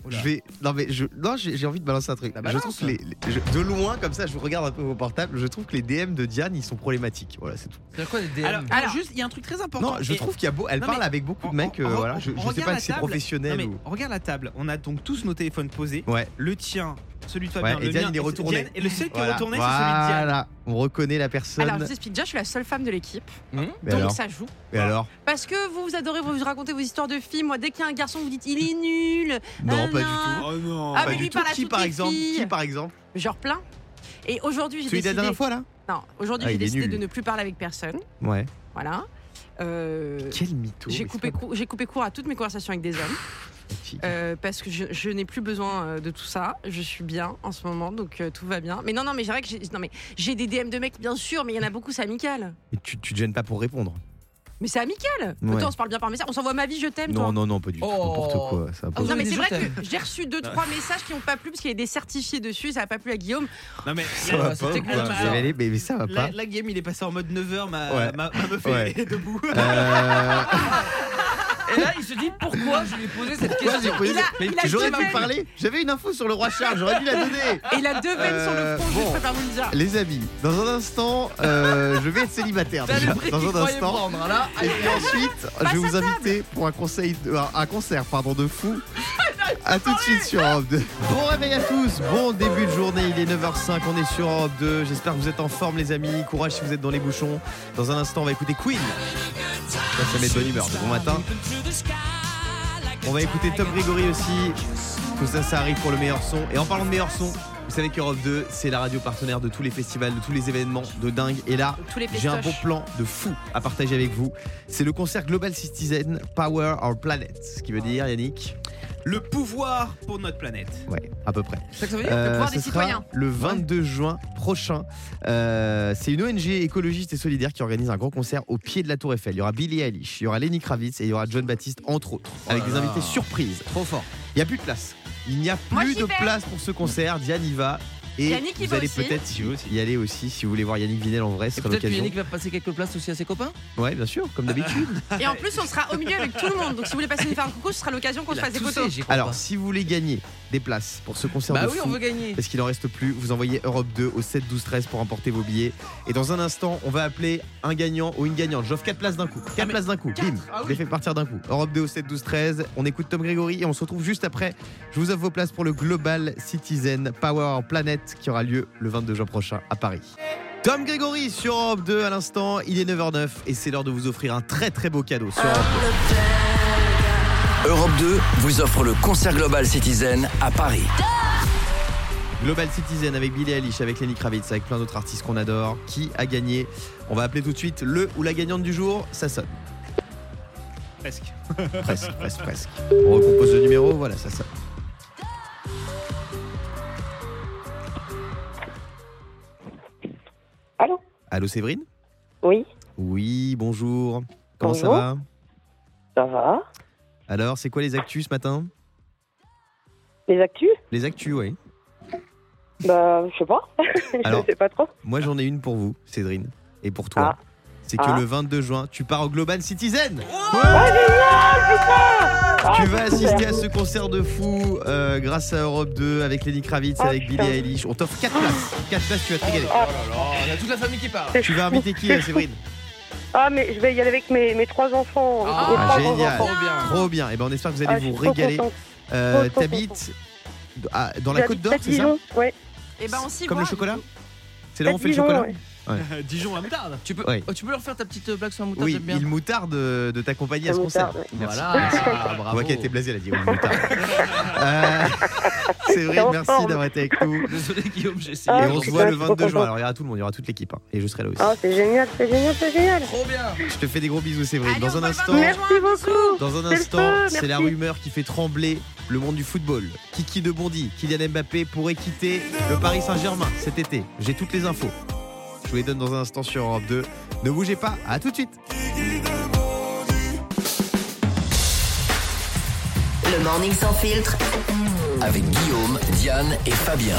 S3: Je,
S4: Oula.
S3: je vais. Non, mais je. Non, j'ai j'ai envie de balancer un truc.
S4: La
S3: Je
S4: balance.
S3: trouve que les, les- je- de loin, comme ça, je regarde un peu vos portables. Je trouve que les DM de Diane, ils sont problématiques. Voilà, c'est tout.
S4: C'est quoi les DM
S7: Alors,
S5: Alors-
S7: juste, il y a un truc très important.
S3: Non, je
S7: Et-
S3: trouve qu'il y a beau. Elle
S7: Non,
S3: parle
S7: mais-
S3: avec beaucoup de
S7: on-
S3: mecs. euh,
S7: on-
S3: voilà.
S7: on-
S3: Je,
S7: on
S3: je sais
S7: regarde
S3: pas
S7: la
S3: si c'est
S7: table. Non,
S3: professionnel
S7: mais
S3: ou.
S7: Regarde la table, on a donc tous nos téléphones posés.
S3: Ouais.
S7: Le tien celui de
S3: Ouais,
S7: Fabien.
S3: et
S7: le
S3: Diane,
S7: mien,
S3: il est retourné.
S7: Diane, et le seul qui
S3: Voilà.
S7: est retourné, c'est celui de Diane.
S3: Voilà, on reconnaît la personne.
S5: Alors, je vous explique déjà, je suis la seule femme de l'équipe.
S3: Mais
S5: donc,
S3: alors
S5: ça joue.
S3: Et alors
S5: Parce que vous, vous adorez vous raconter vos histoires de filles. Moi, dès qu'il y a un garçon, vous dites il est nul. Ah,
S3: Non,
S5: nanana.
S3: pas du tout. Oh non.
S5: Ah,
S3: pas
S5: mais
S3: du
S5: lui
S3: tout.
S5: parle à
S3: Qui
S5: toutes
S3: par
S5: les
S3: exemple Qui
S5: filles.
S3: par exemple
S5: Genre plein. Et aujourd'hui, j'ai
S3: Celui de
S5: décidé.
S3: la dernière fois, là
S5: Non, aujourd'hui,
S3: Ah,
S5: j'ai
S3: il est
S5: décidé
S3: nul.
S5: de ne plus parler avec personne.
S3: Ouais.
S5: Voilà. Euh,
S3: Quel mytho.
S5: J'ai
S3: mais
S5: coupé, cou- j'ai coupé court à toutes mes conversations avec des hommes. Euh, parce que je, je n'ai plus besoin euh, de tout ça. Je suis bien en ce moment, donc euh, tout va bien. Mais non, non, mais j'ai j'ai- non, mais j'ai des DM de mecs, bien sûr, mais il y en a beaucoup, c'est amical.
S3: Et tu, tu te gênes pas pour répondre
S5: Mais c'est amical.
S3: Ouais.
S5: Autant on se parle bien par message. On s'envoie ma vie, je t'aime.
S3: Non,
S5: toi.
S3: non, non, pas du tout. N'importe
S5: Oh.
S3: quoi. ça, pas-
S5: Non, mais c'est vrai que j'ai reçu deux trois messages qui n'ont pas plu parce qu'il y a des certifiés dessus, ça n'a pas plu à Guillaume.
S7: Non, mais
S3: Ça va pas. ou quoi Vous allez aller, mais mais ça va
S7: La,
S3: pas.
S7: la game, il est passé en mode 9h, ma,
S3: hein. Ouais.
S7: ma, ma meuf
S3: Ouais.
S7: est debout.
S3: Euh,
S4: Et là, il se dit pourquoi je lui ai posé cette
S3: pourquoi j'ai
S4: question.
S3: posé-
S4: Mais
S5: il a
S3: J'aurais
S5: deux
S3: dû
S5: veines.
S3: parler. J'avais une info sur le roi Charles, j'aurais dû la donner.
S5: Et il a deux veines sur
S3: Euh,
S5: le front,
S3: bon.
S5: je préfère vous le dire.
S3: Les amis, dans un instant, euh, je vais être célibataire
S4: T'as
S3: déjà.
S4: le prix
S3: Dans
S4: qu'il
S3: un
S4: croyait
S3: instant.
S4: prendre, hein, là.
S3: Et puis ensuite, je vais vous inviter pour un conseil, de- un- un concert, pardon, de fou. A tout de suite sur Europe 2. Bon réveil à tous, bon début de journée, il est 9h05, on est sur Europe 2. J'espère que vous êtes en forme les amis, courage si vous êtes dans les bouchons. Dans un instant, on va écouter Queen. Ça, ça met de bonne humeur, de bon matin. On va écouter Tom Grégory aussi. Tout ça, ça arrive pour le meilleur son. Et en parlant de meilleur son, vous savez qu'Europe 2, c'est la radio partenaire de tous les festivals, de tous les événements de dingue. Et là,
S5: tous les
S3: j'ai un bon
S5: festoches.
S3: plan de fou à partager avec vous. C'est le concert Global Citizen Power Our Planet. Ce qui veut dire, Yannick
S7: Le pouvoir pour notre planète.
S3: Ouais, à peu près.
S5: C'est ça que ça veut dire, le pouvoir
S3: Euh, ce
S5: des
S3: sera
S5: citoyens.
S3: Le 22 juin prochain, Euh, c'est une ONG écologiste et solidaire qui organise un grand concert au pied de la Tour Eiffel. Il y aura Billy Eilish, il y aura Lenny Kravitz et il y aura John Baptiste entre autres,
S4: Oh
S3: avec des invités surprises.
S7: Trop fort.
S3: Il n'y a plus de place. Il n'y a plus
S5: Moi, j'y
S3: de
S5: vais.
S3: place pour ce concert. Diane y va. Et
S5: Yannick y
S3: vous
S5: va
S3: allez
S5: aussi.
S3: peut-être y aller aussi si vous voulez voir Yannick Vinel en vrai, ce
S4: Et
S3: sera
S4: peut-être que
S3: l'occasion.
S4: Yannick va passer quelques places aussi à ses copains.
S3: Ouais, bien sûr, comme d'habitude.
S5: Et en plus, on sera au milieu avec tout le monde. Donc si vous voulez passer nous faire un coucou, ce sera l'occasion qu'on se
S4: Il a
S5: fasse des
S4: tout
S5: photos.
S4: fait, j'y crois
S3: Alors,
S4: pas.
S3: si vous voulez gagner des places pour ce concert
S4: bah
S3: de
S4: oui,
S3: fou,
S4: on veut gagner.
S3: parce qu'il en reste plus, vous envoyez Europe 2 au 7 12 13 pour emporter vos billets. Et dans un instant, on va appeler un gagnant ou une gagnante. J'offre 4 places d'un coup. 4 places d'un coup. Bim.
S4: Ah oui.
S3: Je les fais partir d'un coup. Europe 2 au 7 12 13. On écoute Tom Grégory et on se retrouve juste après. Je vous offre vos places pour le Global Citizen Power Planet qui aura lieu le 22 juin prochain à Paris. Tom Grégory sur Europe 2 à l'instant, il est 9h09 et c'est l'heure de vous offrir un très très beau cadeau sur Europe 2.
S8: Europe 2 vous offre le concert global Citizen à Paris.
S3: Global Citizen avec Billy Eilish, avec Lenny Kravitz, avec plein d'autres artistes qu'on adore. Qui a gagné On va appeler tout de suite le ou la gagnante du jour. Ça sonne.
S7: Presque.
S3: Presque, presque, presque. On recompose le numéro. Voilà, ça sonne.
S6: Allô
S3: Allô, Séverine
S6: Oui,
S3: Oui, bonjour. Comment
S6: Bonjour.
S3: ça va
S6: ça va.
S3: Alors, c'est quoi les actus ce matin
S6: Les actus
S3: Les actus, oui.
S6: Bah, je sais pas.
S3: Alors-
S6: je sais pas trop.
S3: Moi, j'en ai une pour vous, Séverine. Et pour toi. C'est que
S6: Ah.
S3: le 22 juin, tu pars au Global Citizen
S6: Oh, Ah,
S3: Tu vas
S6: c'est super.
S3: assister à ce concert de fou euh, grâce à Europe 2 avec Lenny Kravitz,
S6: Ah,
S3: avec Billy
S6: putain.
S3: Eilish. On t'offre 4 places. 4 places, tu vas te régaler.
S4: Oh, il y a toute la famille qui part.
S3: Tu vas inviter qui, euh, Séverine
S6: Ah, mais je vais y aller avec mes, mes trois enfants.
S4: Ah,
S6: Mes
S3: Ah,
S6: trois grands
S3: génial.
S6: enfants.
S4: Trop bien.
S3: Trop bien. Et ben on espère que vous allez
S6: Ah, je
S3: vous
S6: suis trop
S3: régaler.
S6: contente.
S3: Euh,
S6: Trop, trop
S3: T'habites à- dans la
S6: J'habite
S3: Côte d'Or,
S6: à
S3: c'est ça
S6: Dijon, ouais.
S5: Et ben on s'y
S3: Comme
S5: voit.
S3: le chocolat C'est
S6: À
S3: là où on fait le
S6: Dijon,
S3: chocolat
S6: ouais.
S7: Dijon à moutarde.
S4: Tu peux,
S3: Ouais.
S4: oh, tu peux leur faire ta petite blague sur la moutarde,
S3: Oui,
S4: j'aime bien.
S3: il moutarde euh, de, de t'accompagner à ce
S6: Ça me
S3: concert.
S6: tarde, ouais.
S3: Merci.
S4: Voilà, ah,
S3: On voit
S4: bravo.
S3: qu'elle était blasée, elle a dit oui, il moutarde. Euh, Séverine,
S6: en
S3: merci
S6: forme.
S3: d'avoir été avec nous.
S4: Désolé Guillaume, j'ai essayé.
S6: Ah,
S3: Et on se
S6: putain,
S3: voit
S6: je
S3: le
S6: suis trop
S3: 22 juin.
S6: contente.
S3: Alors il y aura tout le monde, il y aura toute l'équipe. hein. Et je serai là aussi.
S6: Ah, c'est génial, c'est génial, c'est génial.
S4: Trop bien.
S3: Je te fais des gros bisous, Séverine.
S5: Allez,
S3: Dans
S5: on
S3: un
S5: va le
S3: instant.
S5: voir.
S6: Merci beaucoup.
S3: Dans un
S6: le
S3: instant,
S6: feu,
S3: c'est
S6: merci.
S3: la rumeur qui fait trembler le monde du football. Kiki de Bondy, Kylian Mbappé pourrait quitter le Paris Saint-Germain cet été. J'ai toutes les infos. Je vous les donne dans un instant sur Europe 2. Ne bougez pas, à tout de suite.
S1: Le morning sans filtre.
S8: Avec Guillaume, Diane et Fabien.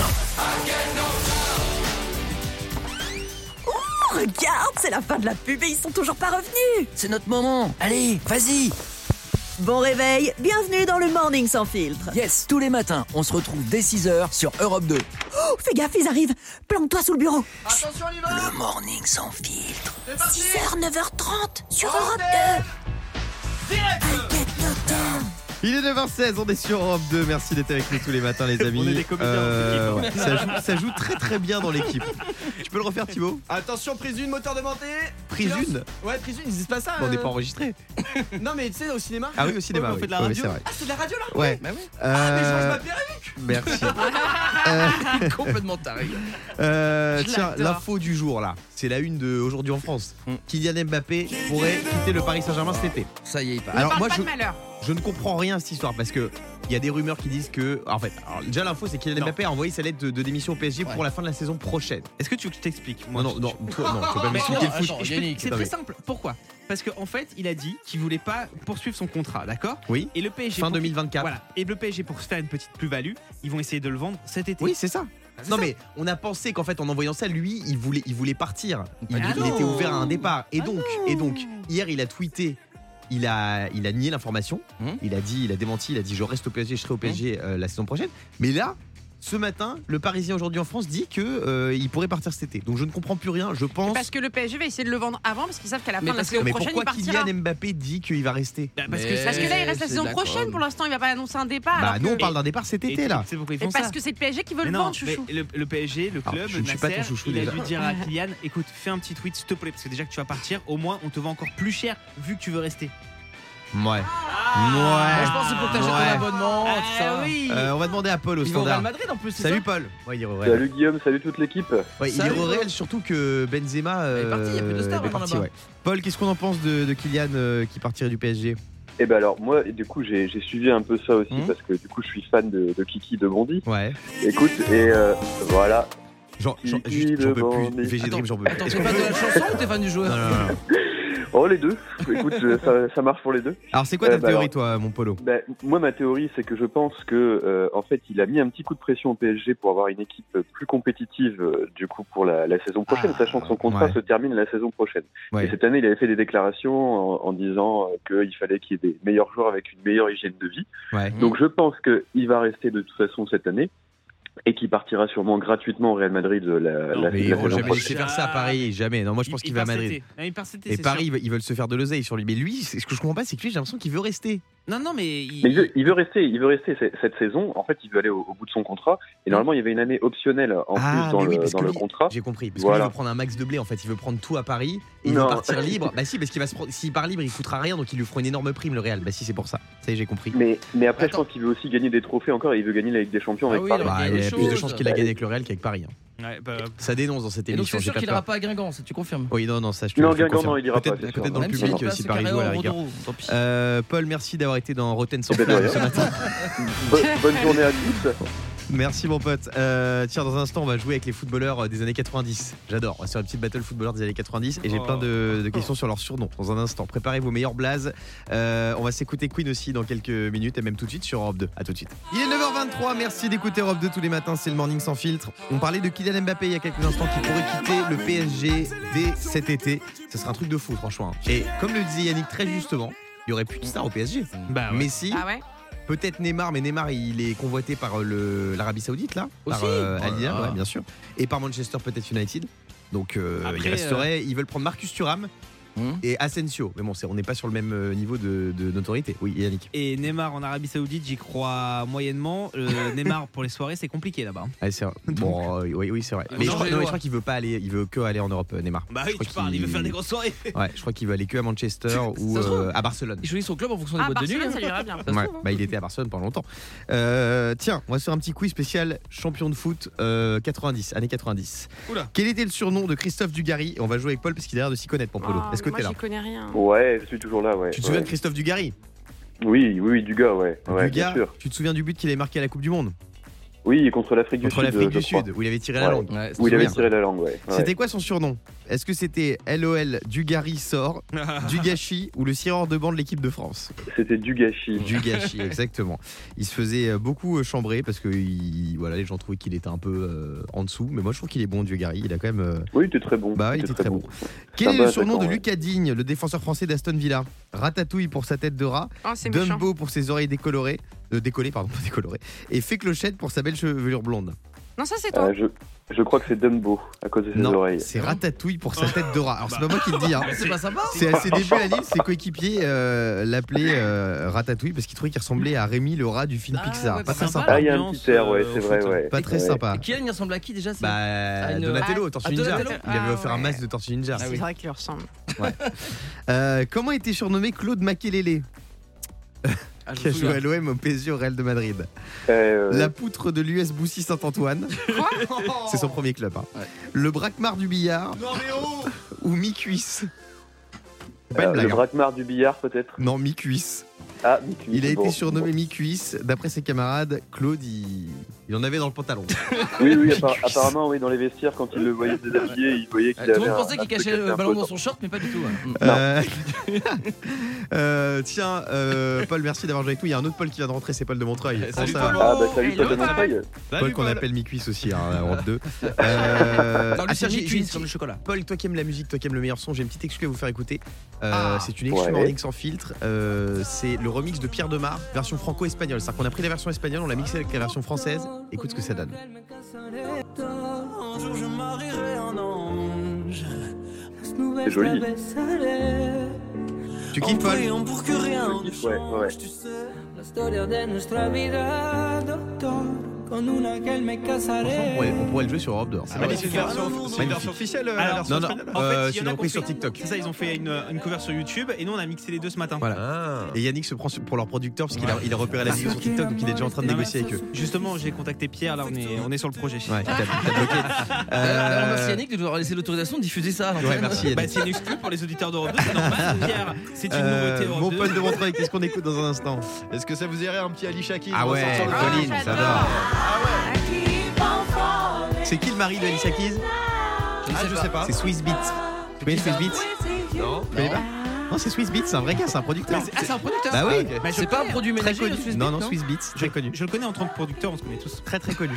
S1: Regarde, c'est la fin de la pub et ils sont toujours pas revenus.
S8: C'est notre moment. Allez, vas-y.
S1: Bon réveil, bienvenue dans le morning sans filtre.
S8: Yes, tous les matins, on se retrouve dès 6h sur Europe 2.
S1: Oh, fais gaffe, ils arrivent. Planque-toi sous le bureau.
S4: Attention, on y va.
S8: Le morning sans filtre.
S1: 6h, 9h30 sur
S4: Europe
S1: Europe 2. T'inquiète,
S3: Il est 9h16, on est sur Europe 2. Merci d'être avec nous tous les matins, les amis.
S7: On est des comédiens dans cette équipe. hein.
S3: ouais, ça, joue, ça joue très très bien dans l'équipe. Tu peux le refaire, Thibaut
S12: Attention, prise une, moteur de montée.
S3: Prise
S12: Silence.
S3: une
S12: Ouais, prise une, ils disent pas ça.
S3: Bon, On n'est
S12: euh.
S3: pas enregistré.
S12: Non, mais tu sais, au cinéma.
S3: Ah oui, au cinéma,
S12: Ouais, mais On
S3: oui.
S12: fait de la
S3: Ouais,
S12: radio.
S3: c'est vrai.
S12: ah, c'est de la radio là
S3: Ouais.
S12: Bah oui.
S3: Euh,
S12: Ah, mais je m'appelle Eric.
S3: Merci. Euh,
S7: Complètement taré.
S3: Euh,
S7: Je
S3: tiens,
S7: l'adore. Mm.
S3: l'info du jour là, c'est la une de aujourd'hui en France. Kylian Mbappé pourrait quitter le Paris Saint-Germain cet été.
S4: Ça y est, il part.
S5: Ne parle pas de malheur.
S3: je, je ne comprends rien à cette histoire parce que il y a des rumeurs qui disent que, en fait, alors, déjà l'info c'est Kylian Mbappé a envoyé sa lettre de, de démission au PSG pour la fin de la saison prochaine.
S7: Est-ce que tu veux que je t'explique
S3: Non, non, non, toi, non, tu peux pas
S7: Mais
S3: m'expliquer le
S7: non,
S3: foot.
S7: attends, Yannick,
S3: Ah
S7: C'est très simple. Pourquoi Parce qu'en fait, il a dit qu'il voulait pas poursuivre son contrat, d'accord
S3: Oui.
S7: Et le PSG
S3: Fin
S7: pour-
S3: 2024.
S7: Voilà. Et le PSG pour se faire une petite plus-value, ils vont essayer de le vendre cet été.
S3: Oui, c'est ça.
S7: Ah, c'est
S3: Non
S7: ça.
S3: mais on a pensé qu'en fait en envoyant ça, lui, il voulait, il voulait partir. Il,
S7: Ah
S3: il
S7: non.
S3: était ouvert à un départ. Et donc, et donc, hier il a tweeté, il a, il a nié l'information. Il a dit, il a démenti, il a dit je reste au PSG, je serai au PSG euh, la saison prochaine. Mais là, ce matin, le Parisien aujourd'hui en France dit que euh, il pourrait partir cet été. Donc je ne comprends plus rien. Je pense.
S5: Parce que le PSG va essayer de le vendre avant parce qu'ils savent qu'à la
S3: mais
S5: fin de la
S3: parce-
S5: saison
S3: mais
S5: prochaine,
S3: pourquoi
S5: il partira.
S3: Kylian Mbappé dit qu'il va rester
S7: Bah, parce que-
S5: Parce que là, il reste la saison prochaine. Pour l'instant, il va pas annoncer un départ.
S3: Bah
S5: Ah, alors
S3: nous on
S5: que-
S3: parle d'un départ cet été là.
S7: C'est pourquoi ils
S5: Mais
S7: font
S5: parce
S7: ça.
S5: que c'est le PSG qui veut le
S7: Mais non,
S5: vendre, chouchou.
S7: mais le, le PSG, le
S3: Alors,
S7: club,
S3: Ah, je ne suis pas
S7: Nasser,
S3: ton chouchou,
S7: il a
S3: déjà.
S7: dû dire à Kylian écoute, fais un petit tweet, s'il te plaît, parce que déjà que tu vas partir, au moins on te vend encore plus cher vu que tu veux rester.
S3: Ouais. Ouais.
S7: Moi,
S12: Ah, je pense que c'est pour que t'achètes ton
S3: Ouais.
S12: abonnement.
S7: Ah,
S5: Eh
S12: tout ça.
S7: oui.
S3: Euh, on va demander à Paul au
S12: Il va au
S3: standard.
S12: Real Madrid, en plus, c'est
S3: Salut
S12: ça
S3: Paul. Ouais, il est au Real.
S13: Salut Guillaume, salut toute l'équipe.
S3: Ouais, il est
S13: Salut,
S3: au
S13: Paul.
S3: réel, surtout que Benzema euh,
S13: parti, il y a plus de stars
S3: est
S13: maintenant
S3: parti,
S13: là-bas.
S3: ouais. Paul, qu'est-ce qu'on en pense de, de Kylian euh, qui partirait du PSG
S13: Et ben alors moi du coup j'ai j'ai suivi un peu ça aussi parce que du coup je suis fan de, de Kiki de Bondy.
S3: Ouais.
S13: Écoute et euh, voilà.
S3: Genre,
S13: juste,
S3: j'en peux plus. VG Dream, j'en peux plus.
S12: Attends,
S3: Est-ce
S12: t'es
S3: qu'on
S12: fan
S3: peut-
S12: de la chanson ou t'es fan du joueur
S13: Oh les deux. Écoute euh, ça, ça marche pour les deux.
S3: Alors, c'est quoi ta
S13: Euh, bah,
S3: théorie,
S13: alors,
S3: toi, mon Polo
S13: Ben, moi, ma théorie, c'est que je pense que, euh, en fait, il a mis un petit coup de pression au PSG pour avoir une équipe plus compétitive, euh, du coup, pour la, la saison prochaine, sachant que son contrat
S3: Ah, ouais.
S13: se termine la saison prochaine.
S3: Ouais.
S13: Et cette année, il avait fait des déclarations en, en disant euh, qu'il fallait qu'il y ait des meilleurs joueurs avec une meilleure hygiène de vie.
S3: Ouais.
S13: Donc, je pense qu'il va rester de toute façon cette année et qu'il partira sûrement gratuitement au Real Madrid euh, la, la,
S3: Mais
S13: la
S3: ils vont
S13: saison
S3: jamais laisser
S13: prochaine.
S3: faire ça à Paris, jamais. Non, moi, je pense qu'il va à Madrid.
S7: Il part cet été,
S3: Et
S7: c'est
S3: Paris,
S7: sûr.
S3: ils veulent- ils veulent se faire de l'oseille sur lui. Mais lui, c'est- ce que je comprends pas, c'est que lui, j'ai l'impression qu'il veut rester.
S7: Non, non, mais. il-
S13: Mais il veut, il veut rester, il veut rester cette, cette saison. En fait, il veut aller au, au bout de son contrat. Et normalement, il y avait une année optionnelle en
S3: Mmh. Ah,
S13: plus dans
S3: mais oui,
S13: le,
S3: parce
S13: dans
S3: que
S13: le
S3: lui-
S13: contrat.
S3: J'ai compris. Parce qu'il
S13: Voilà.
S3: veut prendre un max de blé en fait, il veut prendre tout à Paris et il veut
S13: Non.
S3: partir libre. Bah si, parce qu'il va se prendre- s'il part libre, il coûtera rien donc il lui fera une énorme prime le Real. Bah si, c'est pour ça. Ça y est, j'ai compris.
S13: Mais, mais après, je pense qu'il veut aussi gagner des trophées encore et il veut gagner la Ligue des
S4: Ah
S13: Champions avec
S12: Ah,
S13: Paris.
S3: Bah, il y a plus de chances qu'il a gagné avec le Real qu'avec Paris. hein.
S7: Ouais, bah,
S3: Ça dénonce dans cette
S12: Et donc,
S3: émission.
S12: c'est sûr
S3: j'ai
S12: qu'il
S3: pas
S12: ira
S3: peur.
S12: pas à Guingamp, ça tu confirmes
S3: Oui, non, non, ça je te
S13: Non,
S3: je te le
S13: Guingamp,
S3: confirme.
S13: non, il ira pas,
S3: Peut-être
S13: c'est sûr.
S3: peut-être dans le
S13: Même
S3: public
S13: s'il
S3: aussi,
S12: passe
S3: Paris joue à la
S12: Carré au
S3: rigueur.
S12: Rondeau, tant pis.
S3: Euh, Paul, merci d'avoir été dans Rotten sans
S13: Eh ben, de
S3: flamme
S13: rien.
S3: ce matin.
S13: Bo- bonne journée à tous.
S3: Merci mon pote. Euh, tiens, dans un instant, on va jouer avec les footballeurs euh, des années 90. J'adore. On va se faire une petite battle footballeurs des années 90 et j'ai
S7: Oh.
S3: plein de, de questions sur leur surnom. Dans un instant, préparez vos meilleurs blazes. Euh, on va s'écouter Queen aussi dans quelques minutes et même tout de suite sur Europe 2. À tout de suite. Il est 9h23. Merci d'écouter Europe 2 tous les matins. C'est le Morning sans filtre. On parlait de Kylian Mbappé il y a quelques instants qui pourrait quitter le PSG dès cet été. Ce serait un truc de fou, franchement. Et comme le disait Yannick très justement, il y aurait plus de stars au PSG.
S7: Bah ouais.
S3: Messi,
S5: Ah ouais
S3: Peut-être Neymar, mais Neymar il est convoité par euh, le- l'Arabie Saoudite là, par
S7: Aussi
S3: euh,
S7: Oh là
S3: Al Hilal,
S7: là.
S3: ouais, bien sûr, et par Manchester peut-être United. Donc euh,
S7: Après,
S3: il resterait. Ils veulent prendre Marcus Thuram et Asensio, mais bon, c'est- on n'est pas sur le même euh, niveau de, de notoriété. Oui, Yannick.
S7: Et Neymar en Arabie Saoudite, j'y crois moyennement. Euh, Neymar pour les soirées, c'est compliqué là-bas.
S3: Allez, c'est vrai. Bon, euh, oui, oui, c'est vrai.
S7: Euh,
S3: Mais je
S7: non,
S3: crois,
S7: mais
S3: non, mais je
S7: ouais.
S3: crois qu'il veut pas aller, il veut que aller en Europe, euh, Neymar.
S7: Bah
S3: Je
S7: oui,
S3: crois
S7: tu parles, il veut
S3: qu'il-
S7: faire des grosses soirées.
S3: Ouais, je crois qu'il veut aller que à Manchester ou
S12: se trouve.
S3: euh, à Barcelone.
S12: Il choisit son club en fonction des
S5: Ah,
S12: boîtes de nuit.
S5: Barcelone, ça lui
S12: hein.
S5: ira bien.
S3: Ouais, bah, il était à Barcelone pendant longtemps. Euh, tiens, on va se faire un petit quiz spécial champion de foot euh, 90, années 90.
S7: Oula.
S3: Quel était le surnom de Christophe Dugarry Et on va jouer avec Paul parce qu'il a l'air de s'y connaître, mon Polo.
S5: Ah,
S3: Est-ce que
S5: mais
S3: t'es
S5: Moi,
S3: là
S5: j'y connais rien.
S13: Ouais, je suis toujours là, ouais.
S3: Tu te
S13: ouais.
S3: souviens de Christophe Dugarry
S13: Oui, oui, oui, du gars, ouais. ouais bien
S3: Dugarry,
S13: sûr.
S3: Tu te souviens du but qu'il avait marqué à la Coupe du Monde
S13: Oui, contre l'Afrique du
S3: Contre
S13: Sud. euh,
S3: l'Afrique
S13: je
S3: du
S13: crois.
S3: Sud, où il avait tiré
S13: Ouais.
S3: la langue.
S12: Ouais,
S13: Où il avait
S3: Souviens.
S13: tiré la langue, ouais. ouais.
S3: C'était quoi son surnom Est-ce que c'était LOL Dugarry sort,
S7: Ah,
S3: Dugashi ou le sireur de banc de l'équipe de France
S13: C'était du gâchis.
S3: Du gâchis, exactement. Il se faisait euh, beaucoup euh, chambrer parce que il- voilà, les gens trouvaient qu'il était un peu euh, en dessous. Mais moi, je trouve qu'il est bon, Dieu Gary. Il a quand même. euh,
S13: Oui, il était très bon.
S3: Bah, il était très bon. Quel
S13: Ah
S3: est
S13: bah,
S3: le surnom
S13: d'accord,
S3: de
S13: ouais.
S3: Lucas Digne, le défenseur français d'Aston Villa Ratatouille pour sa tête de rat,
S5: Oh, c'est méchant.
S3: Dumbo pour ses oreilles décolorées, euh, décollées, pardon, pas décolorées, et Fée Clochette pour sa belle chevelure blonde.
S5: Non, ça c'est toi.
S13: Euh, je, je crois que c'est Dumbo à cause de ses
S3: Non,
S13: oreilles.
S3: c'est Ratatouille pour sa tête de rat. Alors, c'est pas moi qui le dis. hein.
S4: C'est pas sympa.
S3: C'est à ses débuts, la livre, ses coéquipiers euh, l'appelaient euh, Ratatouille parce qu'ils trouvaient qu'il ressemblait à Rémi le rat du film Pixar. pas très sympa.
S13: Ah, il y a un petit air,
S3: euh,
S13: ouais, c'est vrai, ouais.
S3: Pas très sympa.
S4: Et Kylian, il ressemble à qui déjà c'est-
S3: Bah,
S4: à une-
S3: Donatello,
S4: Ah,
S3: Tortue
S4: à
S3: Ninja.
S4: Donatello.
S3: Il avait
S4: Ah,
S3: offert un masque de Tortue Ninja.
S5: c'est vrai qu'il lui ressemble.
S3: Euh, comment était surnommé Claude Makelele
S4: Ah, je
S3: Qui a
S4: me souviens.
S3: joué à l'OM au PSG au Real de Madrid.
S13: Euh,
S3: La poutre de l'US Boussy Saint-Antoine. C'est son premier club. hein. Le braquemar du billard
S4: oh
S3: ou mi-cuisse pas une
S13: Euh,
S3: blague,
S13: le
S3: hein.
S13: braquemar du billard, peut-être
S3: Non, mi-cuisse.
S13: Ah, mi-cuisse.
S3: Il a
S13: bon.
S3: été surnommé mi-cuisse. D'après ses camarades, Claude, il... il en avait dans le pantalon.
S13: Oui, oui, appa- apparemment, oui, dans les vestiaires, quand il le voyait déshabillé, il voyait qu'il
S4: Tout
S13: avait.
S4: le monde
S13: un-
S4: pensait qu'il
S13: un truc
S4: cachait
S13: assez
S4: le ballon dans
S13: imposant.
S4: son short, mais pas du tout. hein.
S3: Euh, euh, tiens, euh, Paul, merci d'avoir joué avec nous. Il y a un autre Paul qui vient de rentrer, c'est Paul de Montreuil.
S13: Salut,
S3: Pense à-
S13: Paul. Ah, bah,
S7: Oh,
S13: salut, Paul de
S3: Paul.
S13: Montreuil.
S3: Paul
S13: Salut,
S3: qu'on
S13: Paul.
S3: appelle mi-cuisse aussi, hein, en Europe 2. Euh,
S4: Dans le
S3: ah, tiens,
S4: circuit
S3: j'ai- j'ai
S4: cuisse,
S3: une
S4: comme le chocolat.
S3: Paul, toi qui aimes la musique, toi qui aimes le meilleur son, j'ai une petite exclu à vous faire écouter. Euh, c'est une exclu
S13: Ouais.
S3: Morning sans filtre. Euh, c'est le remix de Pierre Demar, version franco-espagnole. C'est-à-dire qu'on a pris la version espagnole, on l'a mixée avec la version française. Écoute ce que ça donne.
S2: Un jour je marierai un ange. À ce nouvel
S3: C'est joli.
S2: traversare.
S3: Tu kiffes,
S2: En
S3: Paul
S2: priant pour que rien
S13: Je kiffe, ouais, ouais.
S2: La historia de nuestra vida, doctor. Con una que me
S3: On
S2: casaré.
S3: pourrait, on pourrait le jouer sur Europe 2. hein. C'est magnifique.
S7: Ah C'est une
S3: Magnifique.
S7: version officielle euh, la
S3: Alors,
S7: version
S3: non, non,
S7: espagnole En
S3: euh,
S7: fait, il
S3: c'est une
S7: y en a qui ont
S3: reprise
S7: fait-
S3: sur TikTok.
S7: C'est ça, ils ont fait une, une cover sur YouTube et nous on a mixé les deux ce matin.
S3: Voilà. Et Yannick se prend sur- pour leur producteur parce qu'il a, il a repéré la musique sur TikTok, donc il est déjà en train de négocier avec eux.
S7: Justement, j'ai contacté Pierre, là on est, on est sur le projet.
S3: Ouais, t'as- t'as bloqué.
S4: Alors, alors, merci
S3: Euh,
S4: Yannick de nous avoir laissé l'autorisation de diffuser ça. hein. à l'antenne.
S7: Bah, c'est une exclu pour les auditeurs d'Europe 2, c'est normal, Pierre. C'est une
S3: Euh,
S7: nouveauté Europe
S3: Mon
S7: 2.
S3: pote de Montreuil, qu'est-ce qu'on écoute dans un instant
S14: Est-ce que ça vous irait un petit Ali Shaki
S3: Ah ouais, Pauline, ça va. C'est qui le mari de Alicia Keys
S14: Ah, je sais pas.
S3: C'est Swiss Beats. Tu connais Swiss Beats Non. Tu connais pas Non, c'est Swiss Beats, c'est un vrai gars, c'est un producteur.
S7: Ah, c'est un producteur
S3: Bah
S7: ça.
S3: oui.
S7: Ah, ok. Bah, je
S3: C'est
S7: le
S3: pas un
S7: connais.
S3: produit
S7: Très
S3: ménager,
S7: connu.
S3: le Swiss Non, Beats, non, non Swiss Beats,
S7: je, je le connais en tant que producteur, on se connaît tous.
S3: Très très connu.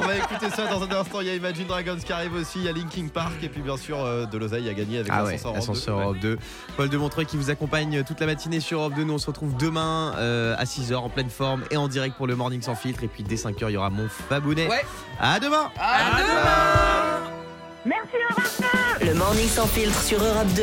S14: On va écouter ça dans un instant. Il y a Imagine Dragons qui arrive aussi, il y a Linkin Park et puis bien sûr euh, de l'oseille à gagner avec
S3: Ah ouais,
S14: l'ascenseur en
S3: Ascenseur
S14: deux.
S3: Europe 2. Paul de Montreuil qui vous accompagne toute la matinée sur Europe 2. Nous, on se retrouve demain euh, à 6h en pleine forme et en direct pour le Morning sans filtre. Et puis dès 5h, il y aura mon Fabounet.
S15: Ouais.
S3: À demain
S15: À Merci Europe 2 Le Morning sans filtre sur Europe 2.